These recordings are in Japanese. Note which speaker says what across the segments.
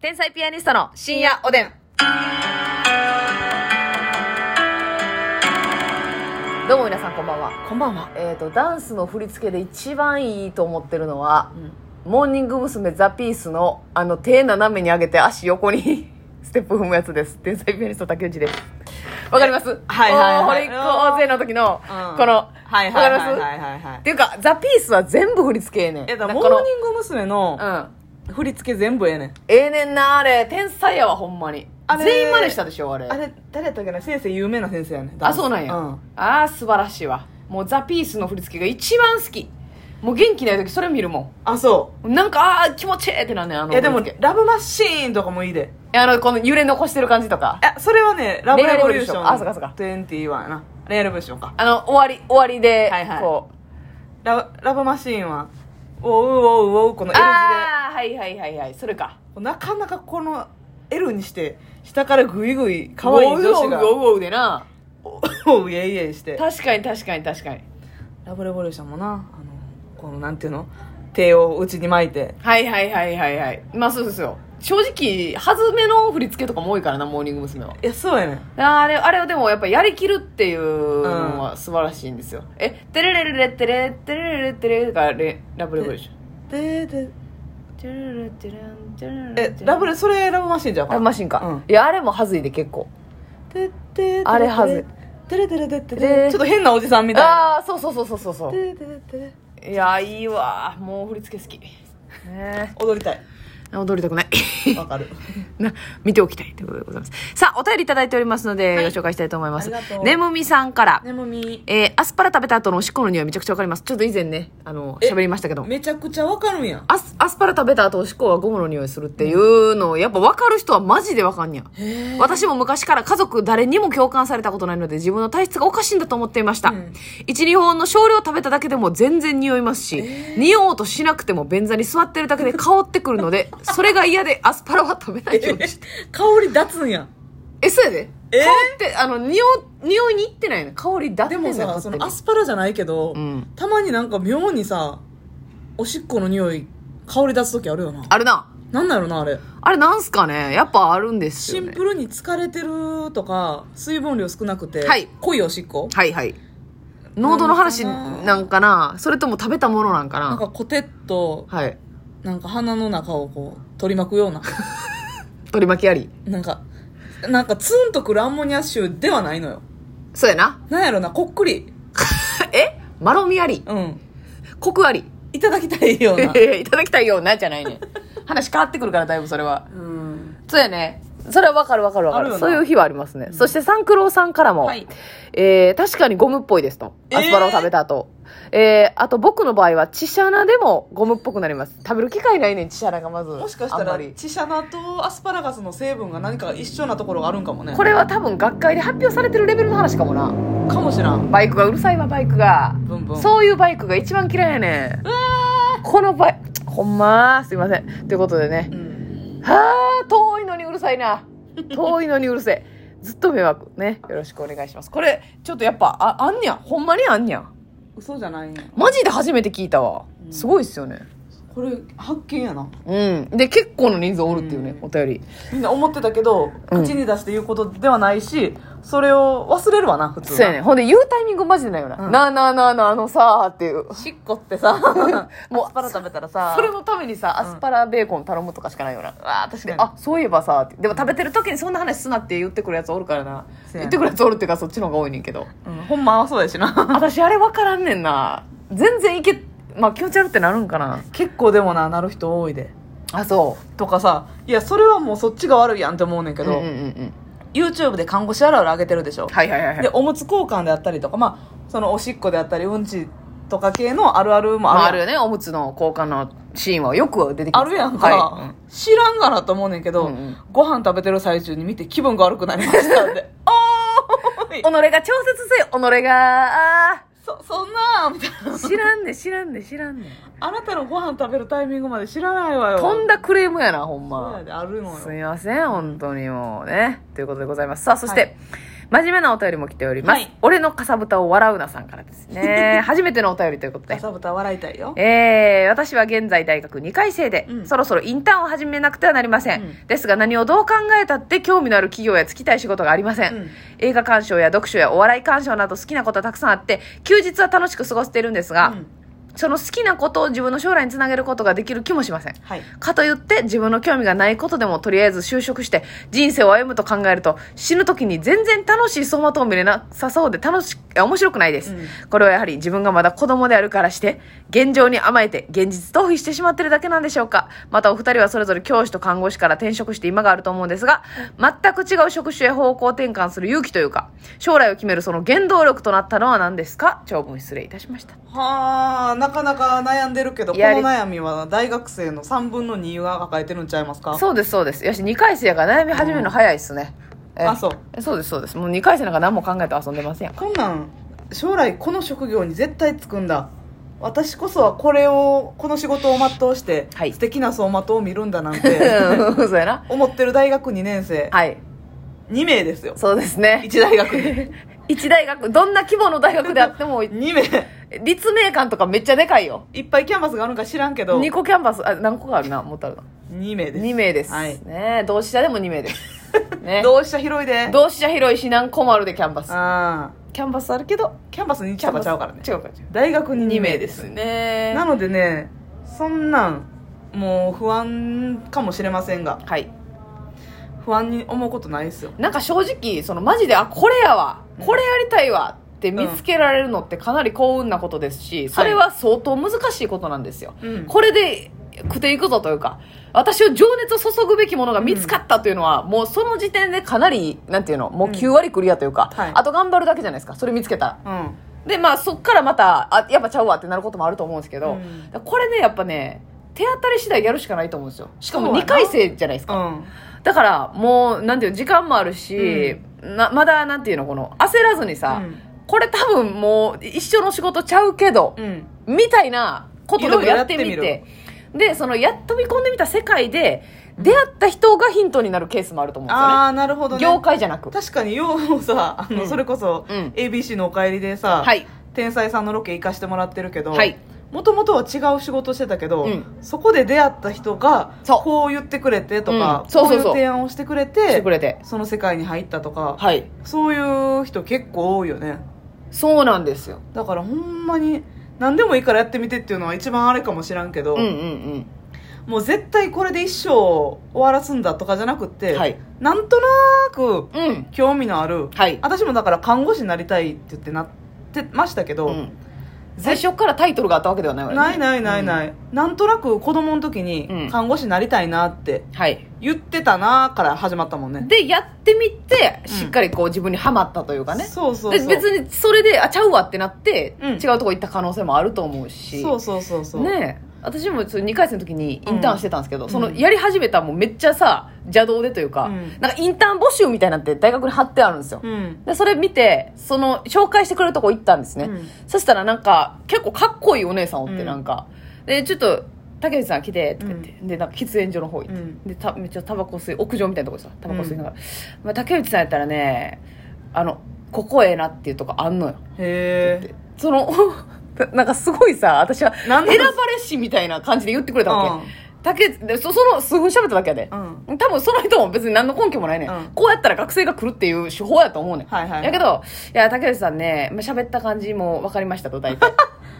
Speaker 1: 天才ピアニストの深夜おでん。どうも皆さんこんばんは。
Speaker 2: こんばんは。
Speaker 1: えっ、と、ダンスの振り付けで一番いいと思ってるのは
Speaker 2: う、ん。
Speaker 1: モーニング娘。ザ・ピースの、あの、手斜めに上げて足横に ステップ踏むやつです。天才ピアニスト竹内です。わかります
Speaker 2: はいはいはい
Speaker 1: おーホリック大勢の時の、
Speaker 2: うん
Speaker 1: この、
Speaker 2: はいはいは
Speaker 1: わ
Speaker 2: い
Speaker 1: かります
Speaker 2: はいはいはい
Speaker 1: っ。ていうか、ザ・ピースは全部振り付けええねん。
Speaker 2: え、だから
Speaker 1: なん
Speaker 2: モ
Speaker 1: か
Speaker 2: ー
Speaker 1: この
Speaker 2: ニング娘。の
Speaker 1: うん。
Speaker 2: 振り付け全部ええねん。
Speaker 1: ええねんな、あれ。天才やわ、ほんまに。
Speaker 2: あれ
Speaker 1: 全員真似したでしょ、あれ。
Speaker 2: あれ、誰やったっけな先生、有名な先生やね
Speaker 1: あそうなんや、
Speaker 2: うん。
Speaker 1: ああ素晴らしいわもうザ・ピースの振り付けが一番好きもう元気ない時それ見るも
Speaker 2: あ、そ
Speaker 1: んなんかああー気持ちいいってなんねんあ
Speaker 2: う。
Speaker 1: の
Speaker 2: いや、でも
Speaker 1: 振り付、
Speaker 2: ラブマシーンとかもいいで。
Speaker 1: けあのこの揺れ残してる感じとか
Speaker 2: え、それはね、ラブレボリューション。
Speaker 1: あそうかそうか
Speaker 2: 21やな。レアレボリューションか。
Speaker 1: あの終わり終わりで、
Speaker 2: はいはい
Speaker 1: こう
Speaker 2: ララブマシーンは、ウォウウォウウォウ、この L 字で。
Speaker 1: ああはいはいはいはいそれか
Speaker 2: なかなかこの L にして、下からグイグイ、可愛い女子が
Speaker 1: ウォ、ウウォウウォウでな
Speaker 2: ウェイイェイして。
Speaker 1: 確かに確かに確かに
Speaker 2: ラブレボリューションもな、あの、この、なんていうの手を内に巻いて。
Speaker 1: はいはいはいはいはいまあそうですよ正直初めの振り付けとかも多いからなモーニング娘。はい
Speaker 2: や、そうやねん。
Speaker 1: あれ、あれをでもやっぱやりきるっていうのは素晴らしいんですよ。え、テレレレレテレ、テレレレテレがレラブレブでしょ。
Speaker 2: で、で、
Speaker 1: テレレレテレンテレレレテレ
Speaker 2: え
Speaker 1: ン、
Speaker 2: ラブレ、それラブマシーンじゃん
Speaker 1: ラブマシンか。
Speaker 2: うん
Speaker 1: いや、あれもはずいで結構。
Speaker 2: で、で、
Speaker 1: あれはず。
Speaker 2: てれてれてて
Speaker 1: で
Speaker 2: て。ちょっと変なおじさんみたいな。
Speaker 1: ああ、そうそうそうそうそうそう。
Speaker 2: てれてれてれ
Speaker 1: いや、いいわ。もう振り付け好き。ね
Speaker 2: 踊りたい。
Speaker 1: え。踊りたくない。
Speaker 2: わかる。
Speaker 1: な、見ておきたいということでございます。さあ、お便りいただいておりますので、ご紹介したいと思います
Speaker 2: ありがと。う
Speaker 1: ねむみさんから。
Speaker 2: ねもみ、
Speaker 1: えーアスパラ食べた後のおしっこの匂いめちゃくちゃわかります。ちょっと以前ね、あの、
Speaker 2: え
Speaker 1: 喋りましたけども。
Speaker 2: めちゃくちゃわかるんやん。
Speaker 1: アスアスパラ食べた後おしっこはゴムの匂いするっていうのをやっぱ分かる人はマジで分かんにゃ
Speaker 2: へ
Speaker 1: 私も昔から家族誰にも共感されたことないので自分の体質がおかしいんだと思っていました、
Speaker 2: うん
Speaker 1: 12本の少量食べただけでも全然匂いますし匂おうとしなくても便座に座ってるだけで香ってくるので それが嫌でアスパラは食べないようにして
Speaker 2: 香り立つんやん。
Speaker 1: えそうやで
Speaker 2: えー
Speaker 1: 香ってあの匂匂いに行ってないの香りだって
Speaker 2: で
Speaker 1: んのよ
Speaker 2: もさ、
Speaker 1: 勝手
Speaker 2: そ
Speaker 1: に
Speaker 2: のアスパラじゃないけど、
Speaker 1: うん
Speaker 2: たまになんか妙にさ、おしっこの匂い、香り立つ時あるよな。
Speaker 1: あるな
Speaker 2: なんだろうな、あれ。
Speaker 1: あれなんすかねやっぱあるんです
Speaker 2: シ
Speaker 1: よ
Speaker 2: ン
Speaker 1: ね
Speaker 2: プルに疲れてるとか、水分量少なくて、
Speaker 1: はい
Speaker 2: 濃いおしっこ、
Speaker 1: はいはい。濃度の話な
Speaker 2: なん
Speaker 1: かなそれとも食べたものなんか
Speaker 2: なん
Speaker 1: な
Speaker 2: かコテッと、
Speaker 1: はい。
Speaker 2: なんか鼻の中をこう、取り巻くような。
Speaker 1: 取り巻きあり。
Speaker 2: なんか、なんかツンとくるアンモニア臭ではないのよ。
Speaker 1: そうやな。
Speaker 2: なんやろな、こっくり。
Speaker 1: えまろみあり。
Speaker 2: うん。
Speaker 1: コクあり。
Speaker 2: いただきたいような。
Speaker 1: いただきたいような、じゃないねん。話変わってくるから、だいぶそれは。
Speaker 2: うん。
Speaker 1: そうやね。それはわかるわかるわか
Speaker 2: ある
Speaker 1: る
Speaker 2: よな
Speaker 1: そういう日はありますね。そして、三九郎さんからも、
Speaker 2: はい
Speaker 1: えー確かにゴムっぽいですと。
Speaker 2: えー
Speaker 1: アスパラを食べた後。えーあと僕の場合は、チシャナでもゴムっぽくなります。食べる機会ないねん、チシャナがまず。
Speaker 2: もしかし
Speaker 1: あ
Speaker 2: た
Speaker 1: んま
Speaker 2: ら、
Speaker 1: り
Speaker 2: チシャナとアスパラガスの成分が何か一緒なところがあるんかもね。
Speaker 1: これは多分学会で発表されてるレベルの話かもな。
Speaker 2: かもしらん。
Speaker 1: バイクがうるさいわバイクが、
Speaker 2: ブンブン。
Speaker 1: そういうバイクが一番嫌いやねんこのバイほんますいませんということでね
Speaker 2: う、ん。
Speaker 1: はあ遠いのにうるさいな遠いのにうるせえずっと迷惑ねよろしくお願いしますこれちょっとやっぱああんにゃんほんまにあんにゃん
Speaker 2: 嘘じゃないんや
Speaker 1: マジで初めて聞いたわ
Speaker 2: うん
Speaker 1: すごいっすよね
Speaker 2: これ、発見やな。
Speaker 1: うんで結構の人数おるっていうね、
Speaker 2: うん
Speaker 1: お便り
Speaker 2: みんな思ってたけど、
Speaker 1: うん
Speaker 2: 口に出して言うことではないし、それを忘れるわな、普通は。
Speaker 1: そうやねほんで言うタイミングマジでないよな、
Speaker 2: うん
Speaker 1: なあなあなあなああのさあっていう
Speaker 2: しっこってさ、
Speaker 1: もう
Speaker 2: アスパラ食べたらさ、
Speaker 1: それのためにさアスパラベーコン頼むとかしかないよな、
Speaker 2: わあ、確かに。
Speaker 1: あそういえばさってでも食べてる時にそんな話すなって言ってくるやつおるからな
Speaker 2: そ
Speaker 1: 言
Speaker 2: うやな
Speaker 1: ってくるやつおるっていうかそっちの方が多いねんけど
Speaker 2: うん、ほんまはそうやしな。
Speaker 1: 私あれ分からんねんな全然いけまあ気持ち悪ってなるんかな
Speaker 2: 結構でもな、なる人多いで。
Speaker 1: あそ
Speaker 2: とかさ、いや、それはもうそっちが悪いやんって思うねん
Speaker 1: う
Speaker 2: け
Speaker 1: う
Speaker 2: ど、
Speaker 1: んうんうんうん
Speaker 2: YouTube で看護師あるある上げてるでしょ。
Speaker 1: はいはいはいはい
Speaker 2: で、おむつ交換であったりとか、まあ、そのおしっこであったり、うんちとか系のあるあるも
Speaker 1: まあ
Speaker 2: あ
Speaker 1: ある
Speaker 2: るやん。
Speaker 1: よねおむつの交換のシーンはよく出てきます
Speaker 2: あるやんか、
Speaker 1: はいうん
Speaker 2: 知らんがなと思うねんけ
Speaker 1: うん
Speaker 2: ど、
Speaker 1: うん
Speaker 2: ご飯食べてる最中に見て気分が悪くなりましたって おー
Speaker 1: 己
Speaker 2: い
Speaker 1: が調節せよ己があ
Speaker 2: そそんなみたいな
Speaker 1: ー知らんねん知らんねん知らんねん
Speaker 2: あなたのご飯食べるタイミングまで知らないわよ
Speaker 1: とん
Speaker 2: だ
Speaker 1: だクレームやなほん
Speaker 2: そう
Speaker 1: ま
Speaker 2: やであるの
Speaker 1: す
Speaker 2: よ
Speaker 1: みません、本当にもうね。ということでございます。さあ、そして、
Speaker 2: はい
Speaker 1: 真面目なお便りも来ております。
Speaker 2: はい
Speaker 1: 俺のかさぶたを笑うなさんからです ね。初めてのお便りということ
Speaker 2: か
Speaker 1: で。
Speaker 2: さぶた笑いたいよ
Speaker 1: えー、私は現在大学2回生で、
Speaker 2: うん
Speaker 1: そろそろインターンを始めなくてはなりません、
Speaker 2: うん
Speaker 1: ですが何をどう考えたって興味のある企業や就きたい仕事がありません、
Speaker 2: うん
Speaker 1: 映画鑑賞や読書やお笑い鑑賞など好きなことはたくさんあって休日は楽しく過ごしているんですが、
Speaker 2: うん
Speaker 1: その好きなことを自分の将来につなげることができる気もしません
Speaker 2: はい
Speaker 1: かといって自分の興味がないことでもとりあえず就職して人生を歩むと考えると死ぬ時に全然楽しい走馬灯を見れなさそうで楽しあ面白くないです、
Speaker 2: うん
Speaker 1: これはやはり自分がまだ子供であるからして現状に甘えて現実逃避してしまってるだけなんでしょうかまたお二人はそれぞれ教師と看護師から転職して今があると思うんですが全く違う職種へ方向転換する勇気というか将来を決めるその原動力となったのは何ですか長文失礼いたしました
Speaker 2: はあなかなか悩んでるけどこの
Speaker 1: やり
Speaker 2: 悩みは大学生の3分の2が抱えてるんちゃいますか
Speaker 1: そうですそうですよし2回生やから悩み始めるの早いっすね、え
Speaker 2: あそう
Speaker 1: えそうですそうですもう2回生なんか何も考えて遊んでませんやん
Speaker 2: こんなん将来この職業に絶対つくんだ私こそはこれをこの仕事を全うして、
Speaker 1: はい
Speaker 2: 素敵な走馬灯を見るんだなん て
Speaker 1: そうやな
Speaker 2: 思ってる大学2年生
Speaker 1: はい
Speaker 2: 2名ですよ
Speaker 1: そうですね
Speaker 2: 1大学に
Speaker 1: 一大学どんな規模の大学であっても
Speaker 2: 2名
Speaker 1: 立命館とかめっちゃでかいよ
Speaker 2: いっぱいキャンバスがあるんか知らんけど
Speaker 1: 2
Speaker 2: 2
Speaker 1: 個キャンバスあ何個かあるなもったあるな
Speaker 2: 名です
Speaker 1: 2名です、
Speaker 2: はい
Speaker 1: ね同志社でも2名です、ね、
Speaker 2: どうした広いで
Speaker 1: 同志社広いし何個もあるでキャンバス
Speaker 2: あ
Speaker 1: キャンバスあるけど
Speaker 2: ーキャンバスに
Speaker 1: キ
Speaker 2: キ
Speaker 1: ャ
Speaker 2: ャ
Speaker 1: ン
Speaker 2: ン
Speaker 1: バス
Speaker 2: バスちゃうからね
Speaker 1: 違うから違う
Speaker 2: 大学
Speaker 1: 2名
Speaker 2: 2名
Speaker 1: で
Speaker 2: ですす
Speaker 1: ね
Speaker 2: なのでねそんなんもう不安かもしれませんが
Speaker 1: はい
Speaker 2: 不安に思うことないですよ
Speaker 1: なんか正直そのマジであこれやわ
Speaker 2: うん
Speaker 1: これやりたいわって見つけられるのってかなり幸運なことですしそれは相当難しいことなんですよ、
Speaker 2: うん
Speaker 1: これで食っていくぞというか私を情熱を注ぐべきものが見つかったというのは、もうその時点でかなりなんていうのもう9割クリアというか、
Speaker 2: はい
Speaker 1: あと頑張るだけじゃないですかそれ見つけたら
Speaker 2: うん
Speaker 1: でまあそっからまたあやっぱちゃうわってなることもあると思うんですけど、
Speaker 2: うん
Speaker 1: だからこれねやっぱね手当たり次第やるしかないと思うんですよしか
Speaker 2: そ
Speaker 1: も
Speaker 2: うや
Speaker 1: 2
Speaker 2: な
Speaker 1: 回生じゃないですか
Speaker 2: うん
Speaker 1: だからもうなんていうの時間もあるし、なまだなんていうのこの焦らずにさ、
Speaker 2: うん
Speaker 1: これ多分もう一緒の仕事ちゃうけど、
Speaker 2: うん
Speaker 1: みたいなことでもやってみて
Speaker 2: いろいろやって
Speaker 1: でそのやっ飛び込んでみた世界で出会った人がヒントになるケースもあると思うんですよ
Speaker 2: ああなるほど
Speaker 1: ね
Speaker 2: ね
Speaker 1: 業界じゃなく
Speaker 2: 確かにようさあの、
Speaker 1: うん
Speaker 2: それこそ、
Speaker 1: うん
Speaker 2: ABC のお帰りでさ、
Speaker 1: はい
Speaker 2: 天才さんのロケ行かしてもらってるけど、
Speaker 1: はい
Speaker 2: もともとは違う仕事してたけど、
Speaker 1: うん
Speaker 2: そこで出会った人が
Speaker 1: そう
Speaker 2: こう言ってくれてとか、
Speaker 1: うんそうそうそう
Speaker 2: こういう提案をしてくれ
Speaker 1: 来て
Speaker 2: て
Speaker 1: くれて
Speaker 2: その世界に入ったとか、
Speaker 1: はい
Speaker 2: そういう人結構多いよね
Speaker 1: そうなんですよ
Speaker 2: だからほんまに何でもいいからやってみてっていうのは一番あれかもしらんけど、
Speaker 1: うんうん
Speaker 2: もう絶対これで一生終わらすんだとかじゃなくって、
Speaker 1: はい
Speaker 2: なんとなく
Speaker 1: うんうん
Speaker 2: 興味のある、
Speaker 1: はい、
Speaker 2: 私もだから看護師になりたいって言ってなってましたけど、
Speaker 1: うん、最初からタイトルがあったわけではないわよね
Speaker 2: ないないないない、なんとなく子供の時
Speaker 1: うん
Speaker 2: に看護師になりたいなって
Speaker 1: うんはい
Speaker 2: 言ってたなから始まったもんね
Speaker 1: でやってみて
Speaker 2: ん
Speaker 1: しっかりこう自分にはまったというかね、
Speaker 2: そうそうそう
Speaker 1: で別にそれであちゃうわってなって、
Speaker 2: うん
Speaker 1: 違うとこ行った可能性もあると思うし
Speaker 2: そうそうそうそう、
Speaker 1: ねえ私もその2回生の時にインターンしてたんですけど、
Speaker 2: ん
Speaker 1: そのやり始めたもうめっちゃさ邪道でというか、
Speaker 2: うん
Speaker 1: なんかインターン募集みたいなんて大学に貼ってあるんですよ、
Speaker 2: うん
Speaker 1: でそれ見てその紹介してくれるとこ行ったんですね、
Speaker 2: うん
Speaker 1: そしたらなんか結構かっこいいお姉さんおって
Speaker 2: うん
Speaker 1: なんか、でちょっと竹内さん来てとか言って、でなんか喫煙所の方行って、
Speaker 2: うん
Speaker 1: でためっちゃタバコ吸い屋上みたいなとこでさタバコ吸いながら、まあ、竹内さんやったらねあのここええなっていうとこあんのよ
Speaker 2: へ
Speaker 1: って
Speaker 2: え
Speaker 1: その なんかすごいさ私は選ば
Speaker 2: なんだ
Speaker 1: れしみたいな感じで言ってくれたわけ、竹内でそその数分喋っただけやで、
Speaker 2: うん
Speaker 1: 多分その人も別に何の根拠もないね、
Speaker 2: うん
Speaker 1: こうやったら学生が来るっていう手法やと思うねん、
Speaker 2: はいはいはい
Speaker 1: やけどいや竹内さんねまあ喋った感じも分かりましたと大 体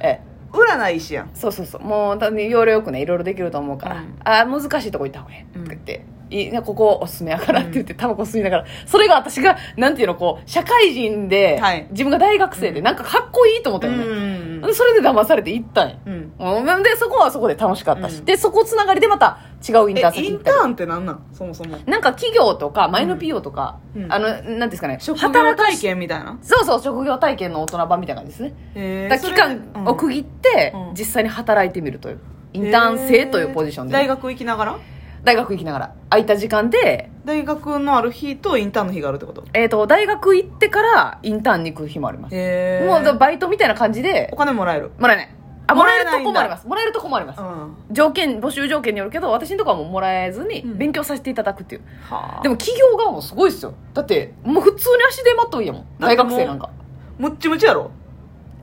Speaker 1: ええ
Speaker 2: 占い師やん
Speaker 1: そうそうそうもうだね要領よくねいろいろできると思うから、
Speaker 2: うん
Speaker 1: あー難しいとこ行った方がいいと
Speaker 2: うん
Speaker 1: か言って、いいねここおすすめやからって言ってタバコ吸いながらそれが私がなんていうのこう社会人で、
Speaker 2: はい
Speaker 1: 自分が大学生でなんかかっこいいと思った
Speaker 2: う
Speaker 1: よね、
Speaker 2: ん
Speaker 1: それで騙されて行ったんや、
Speaker 2: うん
Speaker 1: うん、でそこはそこで楽しかったし、
Speaker 2: うん
Speaker 1: でそこつながりでまた違うイン
Speaker 2: え
Speaker 1: ターン先
Speaker 2: イ
Speaker 1: 行
Speaker 2: ン
Speaker 1: った
Speaker 2: タ
Speaker 1: り
Speaker 2: ーンってなんなんそもそも
Speaker 1: なんか企業とか、マイノ PO とか、
Speaker 2: うん
Speaker 1: あの、なんですかね、
Speaker 2: 職業
Speaker 1: か
Speaker 2: 体
Speaker 1: し
Speaker 2: 験みたいな
Speaker 1: そうそう、職業体験の大人版みたいな感じですね。
Speaker 2: へえ
Speaker 1: だから期間を区切って、
Speaker 2: うん
Speaker 1: 実際に働いてみるという。インターン生というポジションでね、
Speaker 2: 大学行きながら
Speaker 1: 大学行きながら、空いた時間で、
Speaker 2: 大学のある日とインターンの日があるってこと
Speaker 1: えっ、と、大学行ってからインターンに行く日もあります。
Speaker 2: へえ
Speaker 1: もう、バイトみたいな感じで
Speaker 2: お、金もらえる
Speaker 1: もらえない。あもらえる
Speaker 2: も
Speaker 1: と
Speaker 2: らえないんだ
Speaker 1: こもありますもらえるとこもあります、
Speaker 2: うん
Speaker 1: 条件募集条件によるけど私のとこはもうもらえずに
Speaker 2: うん
Speaker 1: 勉強させていただくっていう、
Speaker 2: はあ
Speaker 1: でも企業側もすごいっすよだってもう普通に足で待っといいやもん大学生なんか
Speaker 2: ムッチムチやろ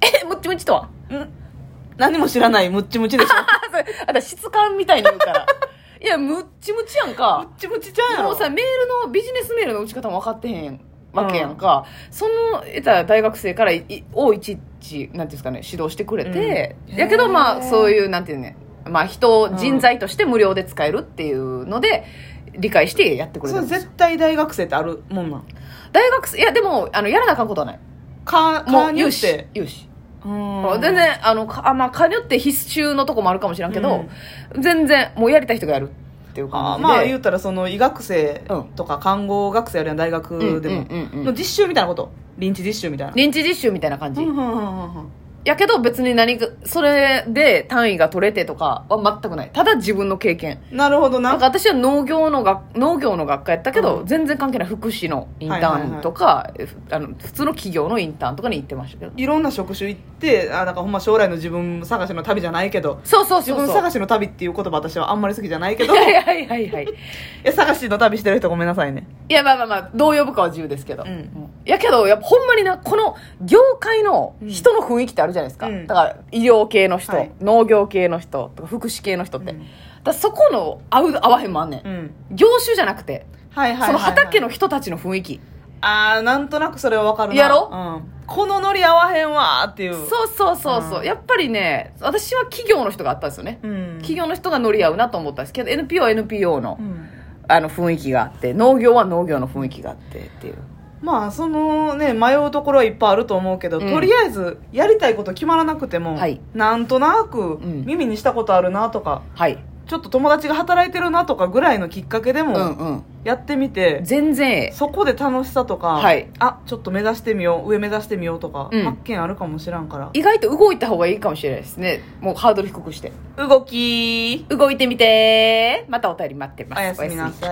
Speaker 1: えむっちむちとは
Speaker 2: 何も知らないムッチムチ でしょ
Speaker 1: あそれあた質感みたいに言うから いやむっちむちやんか
Speaker 2: ムッチムチちゃうやろ
Speaker 1: もうさメールのビジネスメールの打ち方も分かってへんわけやんか、その得た大学生からいをいちいちなんていうんですかね指導してくれて、
Speaker 2: うん
Speaker 1: やけどまあ
Speaker 2: へー
Speaker 1: そういうなんていうねまあ人
Speaker 2: う
Speaker 1: を
Speaker 2: ん
Speaker 1: 人材として無料で使えるっていうので理解してやってくれ
Speaker 2: そ
Speaker 1: た
Speaker 2: れ
Speaker 1: んです
Speaker 2: 絶対大学生ってあるもんなん
Speaker 1: 大学生いやでもあのやらなあかんことはない
Speaker 2: か
Speaker 1: も
Speaker 2: 加
Speaker 1: う
Speaker 2: 入
Speaker 1: 有
Speaker 2: っ
Speaker 1: 志
Speaker 2: て
Speaker 1: 有志
Speaker 2: うん
Speaker 1: 全然あのかあまあ加入って必修のとこもあるかもしれんけど、全然もうやりたい人がやるっていう
Speaker 2: あ
Speaker 1: 感
Speaker 2: ー
Speaker 1: じで
Speaker 2: まあ言うたらその医学生
Speaker 1: うん
Speaker 2: とか看護学生あるやん大学で
Speaker 1: うんうんう
Speaker 2: も
Speaker 1: んうん
Speaker 2: の実習みたいなこと臨時実習みたいな
Speaker 1: 臨時実習みたいな感じ、
Speaker 2: うんうんうんうん
Speaker 1: やけど別に何か、それで単位が取れてとかは全くない。ただ自分の経験。
Speaker 2: なるほど
Speaker 1: なん
Speaker 2: な
Speaker 1: か私は農業の学、農業の学科やったけど、
Speaker 2: うん
Speaker 1: 全然関係ない福祉のインターンとか、あの、普通の企業のインターンとかに行ってましたけど。
Speaker 2: いろんな職種行ってあなんかほんま将来の自分探しの旅じゃないけど
Speaker 1: そうそう
Speaker 2: 自
Speaker 1: そう
Speaker 2: 分
Speaker 1: そう。
Speaker 2: 探しの旅っていう言葉私はあんまり好きじゃな いけど
Speaker 1: い
Speaker 2: い
Speaker 1: やいやいやいや。
Speaker 2: や探しの旅してる人ごめんなさいね
Speaker 1: いや、まあまあまあ、どう呼ぶかは自由ですけど。
Speaker 2: うん
Speaker 1: うんやけど、やっぱほんまにな、この業界の人の雰囲気ってあるじゃないですか。
Speaker 2: うん
Speaker 1: だから、医療系の人、
Speaker 2: はい
Speaker 1: 農業系の人、とか福祉系の人って。
Speaker 2: うん
Speaker 1: だからそこの合う、合わへんもあんねん
Speaker 2: う。ん
Speaker 1: 業種じゃなくて、
Speaker 2: はいはいはいはい
Speaker 1: その畑の人たちの雰囲気。
Speaker 2: ああなんとなくそれはわかるな
Speaker 1: やろ
Speaker 2: うん、このノリ合わへんわーっていう
Speaker 1: そうそうそうそう、
Speaker 2: うん
Speaker 1: やっぱりね、私は企業の人があったんですよね。
Speaker 2: うん、
Speaker 1: 企業の人が乗り合うなと思ったんですけど、NPO は NPO の,、
Speaker 2: うん
Speaker 1: あの雰囲気があって、農業は農業の雰囲気があってっていう。
Speaker 2: まあそのね迷うところはいっぱいあると思うけど、
Speaker 1: うん
Speaker 2: とりあえずやりたいこと決まらなくても、
Speaker 1: はい
Speaker 2: なんとなく
Speaker 1: ん
Speaker 2: 耳にしたことあるなとか、
Speaker 1: はい。
Speaker 2: ちょっと友達が働いてるなとかぐらいのきっかけで
Speaker 1: うん
Speaker 2: も
Speaker 1: うん。
Speaker 2: やってみて、
Speaker 1: 全然ええ。
Speaker 2: そこで楽しさとか、
Speaker 1: はい
Speaker 2: あちょっと目指してみよう上目指してみようとか、
Speaker 1: うん
Speaker 2: 発見あるかもしらんから
Speaker 1: 意外と動いた方がいいかもしれないですね。もうハードル低くして。
Speaker 2: 動き
Speaker 1: 動いてみてまたお便り待ってます。
Speaker 2: おやすみなさい